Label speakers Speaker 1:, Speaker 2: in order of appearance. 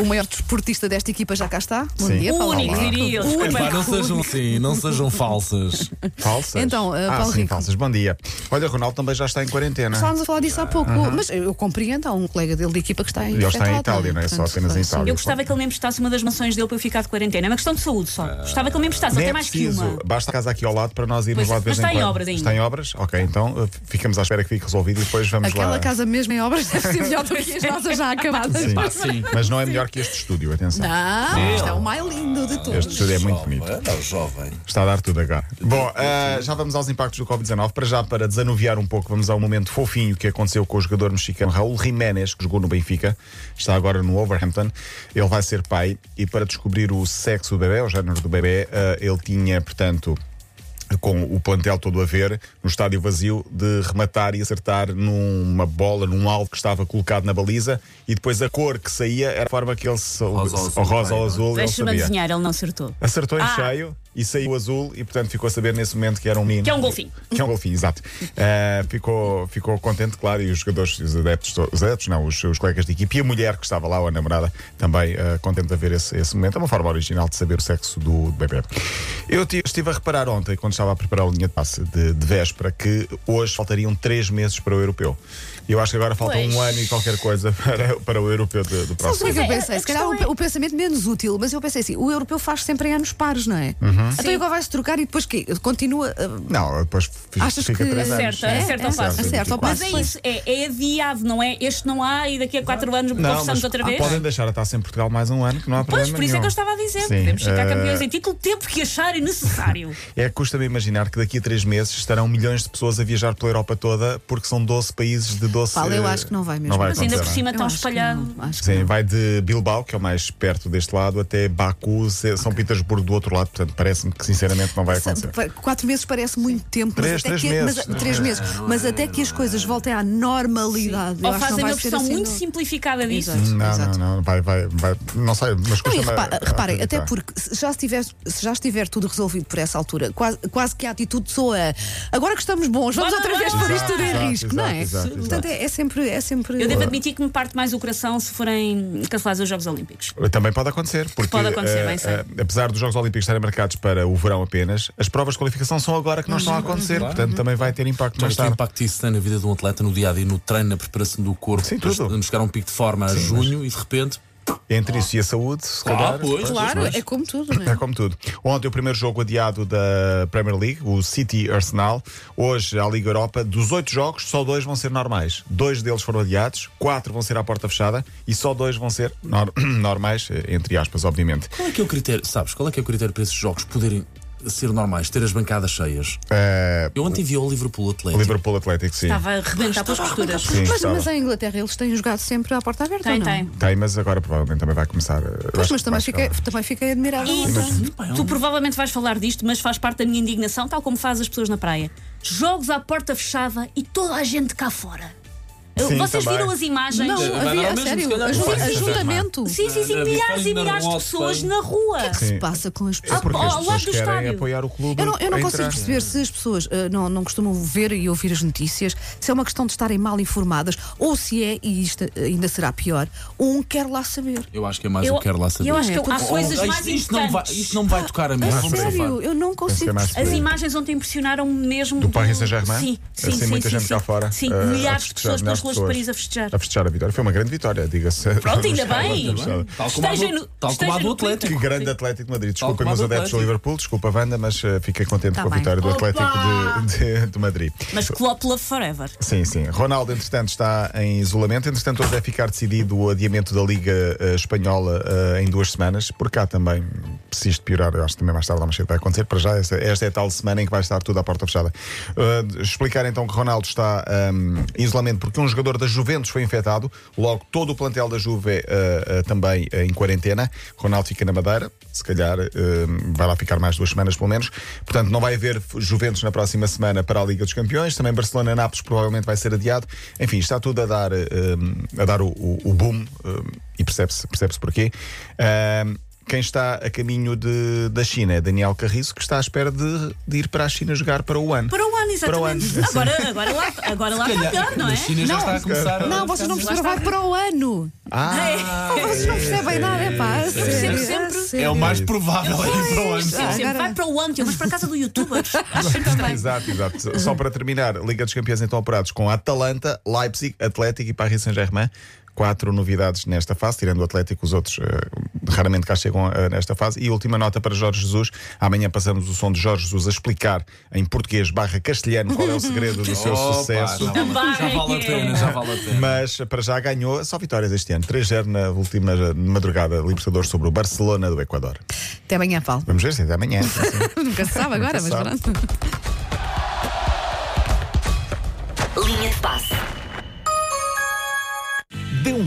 Speaker 1: O maior desportista desta equipa já cá está. Bom
Speaker 2: Sim.
Speaker 1: dia,
Speaker 3: O
Speaker 1: Paulo
Speaker 3: único,
Speaker 1: Almeida.
Speaker 3: diria
Speaker 1: O
Speaker 3: eu.
Speaker 1: único.
Speaker 4: Epá, não sejam assim, não sejam falsas.
Speaker 2: Falsas?
Speaker 1: Então, uh,
Speaker 3: eh,
Speaker 2: ah,
Speaker 1: Paulo
Speaker 2: sim,
Speaker 1: Rico.
Speaker 2: falsas. Bom dia. Olha, Ronaldo também já está em quarentena.
Speaker 1: Estávamos a falar disso há pouco, mas eu compreendo. Há um colega dele de equipa que está em
Speaker 2: Ele está em
Speaker 1: infectado,
Speaker 2: Itália, não é? Só
Speaker 1: Portanto,
Speaker 2: apenas em Itália.
Speaker 3: Eu gostava que ele me emprestasse uma das mansões dele para eu ficar de quarentena. É uma questão de saúde só. Gostava que ele me emprestasse,
Speaker 2: Nem
Speaker 3: até
Speaker 2: é
Speaker 3: mais
Speaker 2: preciso.
Speaker 3: que uma.
Speaker 2: Basta a casa aqui ao lado para nós irmos
Speaker 3: Pois,
Speaker 2: lá de vez
Speaker 3: mas
Speaker 2: em
Speaker 3: está em
Speaker 2: quando.
Speaker 3: obras ainda.
Speaker 2: Está em obras? Ok, então uh, ficamos à espera que fique resolvido e depois vamos
Speaker 1: Aquela
Speaker 2: lá.
Speaker 1: casa mesmo em obras deve ser melhor do que as nossas já acabadas.
Speaker 2: Sim.
Speaker 4: Pá, sim.
Speaker 2: Mas não é melhor que este estúdio, atenção.
Speaker 1: Não, isto é o mais lindo de todos.
Speaker 2: Este estúdio é muito bonito.
Speaker 4: Não, jovem.
Speaker 2: Está a dar tudo agora. Bom, ah, já vamos aos impactos do Covid-19. Para já, para desanuviar um pouco, vamos ao momento fofinho que aconteceu com o jogador mexicano Raul Jiménez, que jogou no Benfica, está agora no Wolverhampton. Ele vai ser pai e para descobrir o sexo do bebê, o género do bebê, ah, ele tinha, portanto, com o plantel todo a ver, no estádio vazio, de rematar e acertar numa bola, num alvo que estava colocado na baliza e depois a cor que saía era a forma que ele se,
Speaker 4: Rosa ou azul,
Speaker 2: ou rosa ou
Speaker 4: vai, não é?
Speaker 2: azul ele
Speaker 3: Deixa-me
Speaker 2: sabia.
Speaker 3: adivinhar, ele não acertou.
Speaker 2: Acertou em
Speaker 3: Ah.
Speaker 2: cheio e saiu azul e, portanto, ficou a saber nesse momento que era um menino.
Speaker 3: Que é um golfinho.
Speaker 2: Que é um golfinho, exato. Eh, ficou, ficou contente, claro, e os jogadores, os adeptos, to- os adeptos não, os, os colegas de equipe e a mulher que estava lá, ou a namorada, também eh, contente de ver esse, esse momento. É uma forma original de saber o sexo do, do bebê. Eu ti- estive a reparar ontem, quando estava a preparar a linha de passe de, de véspera, que hoje faltariam três meses para o europeu. Eu acho que agora falta
Speaker 3: Pois.
Speaker 2: um ano e qualquer coisa para, para o europeu de- do
Speaker 1: Sabes o
Speaker 2: próximo
Speaker 1: que é que
Speaker 2: ano.
Speaker 1: eu
Speaker 3: Mas é,
Speaker 1: pensei?
Speaker 3: a
Speaker 1: Se calhar o,
Speaker 3: questão é-
Speaker 1: o pensamento menos útil, mas eu pensei assim: o europeu faz sempre em anos pares, não é?
Speaker 2: Uhum.
Speaker 1: Então agora vai-se trocar e depois que Continua. uh,
Speaker 2: Não, depois fi-
Speaker 1: Achas
Speaker 2: fica
Speaker 1: que
Speaker 2: três anos.
Speaker 3: acerta,
Speaker 2: É,
Speaker 3: acerta ao
Speaker 2: é,
Speaker 3: passo.
Speaker 1: Acerta ao
Speaker 3: Mas
Speaker 1: passo.
Speaker 3: é
Speaker 1: Pois.
Speaker 3: isso, é, é adiado, não é? Este não há e daqui a quatro anos conversamos outra vez.
Speaker 2: Podem deixar a taça em Portugal mais um ano, que não há problema.
Speaker 3: Pois, por isso é que
Speaker 2: nenhum.
Speaker 3: eu estava a dizer.
Speaker 2: Sim,
Speaker 3: Podemos ficar
Speaker 2: eh,
Speaker 3: campeões em título o tempo que acharem necessário.
Speaker 2: É que custa-me imaginar que daqui a três meses estarão milhões de pessoas a viajar pela Europa toda, porque são 12 países de 12.
Speaker 1: Paulo, eu
Speaker 2: eh,
Speaker 1: acho que não vai mesmo.
Speaker 2: Não vai
Speaker 3: Mas ainda por
Speaker 2: acontecer,
Speaker 3: cima
Speaker 1: eu
Speaker 3: tão
Speaker 1: acho que
Speaker 3: espalhado.
Speaker 1: não, acho que
Speaker 2: Sim, vai de Bilbao, que é o mais perto deste lado, até Baku, Se- São Petersburgo do outro lado. Portanto, parece-me que sinceramente não vai acontecer.
Speaker 1: Pa- Quatro meses parece muito tempo,
Speaker 2: Três-
Speaker 1: mas até
Speaker 2: três
Speaker 1: que,
Speaker 2: meses.
Speaker 1: mas- três meses. Mas até que as coisas voltem à normalidade. eu
Speaker 3: Ou
Speaker 1: acho que não
Speaker 3: fazem
Speaker 1: vai
Speaker 3: uma
Speaker 1: ser
Speaker 3: versão
Speaker 1: assim,
Speaker 3: muito
Speaker 1: não.
Speaker 3: simplificada disso.
Speaker 1: Exato,
Speaker 2: Não, não,
Speaker 1: exato.
Speaker 2: não, vai, vai, vai. Não sei, mas
Speaker 1: Não, e
Speaker 2: custa-me. a-
Speaker 1: repa-
Speaker 2: a
Speaker 1: reparem, até
Speaker 2: acreditar.
Speaker 1: porque se já, estiver, se já estiver tudo resolvido por essa altura, quase, quase que a atitude soa agora que estamos bons, vamos
Speaker 3: Bora,
Speaker 1: outra vez
Speaker 3: bora.
Speaker 1: pôr isto tudo
Speaker 2: Exato,
Speaker 1: em risco,
Speaker 2: exato,
Speaker 1: não é?
Speaker 2: exato, exato.
Speaker 1: Portanto, é, é sempre. É sempre
Speaker 3: Eu devo admitir que me parte mais o coração se forem cancelados os Jogos Olímpicos.
Speaker 2: Também pode acontecer, porque
Speaker 3: Pode acontecer,
Speaker 2: eh,
Speaker 3: bem sei.
Speaker 2: eh, apesar dos Jogos Olímpicos estarem marcados para o verão apenas, as provas de qualificação são agora que não
Speaker 3: Uhum.
Speaker 2: estão a acontecer, portanto também vai ter impacto mais
Speaker 4: Mas o
Speaker 2: tarde.
Speaker 4: impacto que isso Uhum. tem na vida de um atleta no dia a dia, no treino, na preparação do corpo,
Speaker 2: Sim,
Speaker 4: para
Speaker 2: tudo.
Speaker 4: nos chegar a um pico de forma a junho e de repente. ah,
Speaker 2: Entre isso e a saúde, se calhar.
Speaker 4: pois.
Speaker 1: Claro, é como tudo, não
Speaker 2: É
Speaker 1: é?
Speaker 2: como tudo. Ontem o primeiro jogo adiado da Premier League, o City Arsenal. Hoje a Liga Europa, dos oito jogos, só dois vão ser normais. Dois deles foram adiados, quatro vão ser à porta fechada e só dois vão ser nor- normais, eh, entre aspas, obviamente.
Speaker 4: Qual é que é o critério? Sabes, qual é que é o critério para esses jogos poderem ser normais, ter as bancadas cheias?
Speaker 2: Eh,
Speaker 4: Eu ontem vi o Liverpool Atlético.
Speaker 2: Liverpool Atlético, sim.
Speaker 3: Estava a arrebentar pelas costuras.
Speaker 2: Sim,
Speaker 1: Mas,
Speaker 2: estava.
Speaker 1: mas em Inglaterra eles têm jogado sempre à porta aberta.
Speaker 3: Tem,
Speaker 1: ou não? é?
Speaker 3: tem.
Speaker 2: Tem, mas agora provavelmente também vai começar. eh, eu
Speaker 1: Pois,
Speaker 2: acho
Speaker 1: mas
Speaker 2: que
Speaker 1: também
Speaker 2: vai
Speaker 1: fiquei,
Speaker 2: chegar.
Speaker 1: também fiquei admirada.
Speaker 3: E
Speaker 1: ontem.
Speaker 4: Pá, é
Speaker 3: tu
Speaker 4: um-
Speaker 3: provavelmente vais falar disto, mas faz parte da minha indignação, tal como faz as pessoas na praia. Jogos à porta fechada e toda a gente cá fora.
Speaker 2: Sim,
Speaker 3: Vocês
Speaker 2: também.
Speaker 3: viram as imagens?
Speaker 1: Não,
Speaker 4: Vai dar
Speaker 1: havia,
Speaker 4: ao
Speaker 1: a
Speaker 4: mesmo, se
Speaker 1: sério,
Speaker 4: calhar.
Speaker 1: aju-
Speaker 4: Vai.
Speaker 1: ajuntamento. O
Speaker 3: Sim, sim, sim,
Speaker 4: Olha,
Speaker 3: milhares
Speaker 4: vi
Speaker 3: e
Speaker 4: na
Speaker 3: milhares de
Speaker 4: rua,
Speaker 3: pessoas
Speaker 4: sim.
Speaker 3: na rua.
Speaker 1: que se passa com as pessoas?
Speaker 3: Ah,
Speaker 2: É Porque as
Speaker 3: ao lado
Speaker 2: pessoas
Speaker 3: do
Speaker 2: querem
Speaker 3: estádio.
Speaker 2: apoiar o clube.
Speaker 1: Eu não, eu não
Speaker 2: a
Speaker 1: consigo
Speaker 2: entrar. é?
Speaker 1: perceber se as pessoas eh, não, não costumam ver e ouvir as notícias, se é uma questão de estarem mal informadas ou se é, e isto eh, ainda será pior, um quer lá saber.
Speaker 4: Eu acho que é mais
Speaker 3: Eu-
Speaker 4: o que quero lá saber.
Speaker 3: eu acho que
Speaker 1: É, porque-
Speaker 3: há coisas
Speaker 4: Oh,
Speaker 3: mais
Speaker 4: isto, isto não vai,
Speaker 3: importantes. Ah,
Speaker 4: isto não me vai tocar a mim.
Speaker 1: A
Speaker 4: Vamos
Speaker 1: É sério,
Speaker 4: safar.
Speaker 1: eu não
Speaker 2: que
Speaker 1: consigo
Speaker 2: é mais
Speaker 1: perceber.
Speaker 3: As imagens ontem impressionaram-me mesmo.
Speaker 2: Do Paris Saint-Germain?
Speaker 3: Sim, sim,
Speaker 2: Assim,
Speaker 3: sim.
Speaker 2: muita
Speaker 3: sim,
Speaker 2: gente
Speaker 3: sim.
Speaker 2: cá fora,
Speaker 3: Sim,
Speaker 2: eh, a
Speaker 3: milhares de
Speaker 2: festejar,
Speaker 3: pessoas pelas
Speaker 2: milhares de
Speaker 3: ruas de
Speaker 2: pessoas.
Speaker 3: Paris a festejar.
Speaker 2: A festejar a vitória. Foi uma grande vitória, diga-se.
Speaker 3: Pronto, ainda
Speaker 2: Foi uma
Speaker 3: bem.
Speaker 2: grande vitória.
Speaker 4: Tal como a
Speaker 3: Esteja
Speaker 4: do-
Speaker 3: no-
Speaker 4: tal como a
Speaker 3: esteja
Speaker 4: do
Speaker 3: no Twitter.
Speaker 4: Atlético.
Speaker 2: Que grande Atlético de Madrid. Desculpem
Speaker 4: como
Speaker 2: os
Speaker 4: o
Speaker 2: adeptos do
Speaker 4: Atlético.
Speaker 2: Liverpool, desculpa, Wanda, mas eh, fiquei contente
Speaker 1: Tá
Speaker 2: com a
Speaker 1: bem.
Speaker 2: vitória do
Speaker 3: Opa!
Speaker 2: Atlético de, de- de Madrid.
Speaker 3: Mas Klopp love forever.
Speaker 2: Sim, sim. Ronaldo, entretanto, está em isolamento. Entretanto, hoje vai ficar decidido o adiamento da Liga eh, Espanhola eh, em duas semanas. Por cá também, se isto piorar, eu acho que também mais tarde ou mais cedo vai acontecer. Para já, esta, esta é a tal semana em que vai estar tudo à porta fechada. Eh, explicar então que Ronaldo está ehm, em isolamento porque um jogador da Juventus foi infectado. Logo, todo o plantel da Juve eh, eh, também eh, em quarentena. Ronaldo fica na Madeira. Se calhar eh, vai lá ficar mais duas semanas, pelo menos. Portanto, não vai haver Juventus na próxima semana para a Liga dos Campeões. Também Barcelona-Nápoles provavelmente vai ser adiado. Enfim, está tudo a dar, hum, eh, a dar o, o- o boom eh, e percebe-se percebe porquê. Eh, Quem está a caminho de- da China é Daniel Carriço, que está à espera de, de ir para a China jogar para o ano.
Speaker 3: Para o ano,
Speaker 2: Para o ano.
Speaker 3: exatamente. Agora, agora lá, agora lá está pior, não é?
Speaker 4: Na China já
Speaker 1: Não,
Speaker 4: está a começar. a-
Speaker 1: Não, vocês não
Speaker 3: Lá
Speaker 1: perceberam, vai
Speaker 3: está.
Speaker 1: para o ano.
Speaker 3: É.
Speaker 2: Ah,
Speaker 1: Ah, vocês não percebem nada, é pá. a sério,
Speaker 3: sempre.
Speaker 1: a sério.
Speaker 4: É o mais provável aí para o ano.
Speaker 3: Sim, sim,
Speaker 1: agora-
Speaker 3: Vai para o ântio, mas para a casa do youtuber. Acho sempre bem.
Speaker 2: Exato, exato. Só para terminar, Liga dos Campeões então operados com Atalanta, Leipzig, Atlético e Paris Saint-Germain. Quatro novidades nesta fase, tirando o Atlético, os outros eh, raramente cá chegam eh, nesta fase. E última nota para Jorge Jesus. Amanhã passamos o som de Jorge Jesus a explicar em português barra castelhano qual é o segredo do seu
Speaker 4: Opa,
Speaker 2: sucesso.
Speaker 4: já vale- Já vale a pena, já vale a pena.
Speaker 2: Mas para já ganhou só vitórias este ano. 3-0 na última madrugada Libertadores sobre o Barcelona do Equador.
Speaker 1: Até amanhã, Paulo.
Speaker 2: Vamos ver se é de amanhã.
Speaker 1: Nunca se sabe agora, mas
Speaker 2: Nunca se sabe.
Speaker 1: pronto.
Speaker 5: Linha de passe.
Speaker 2: Dê um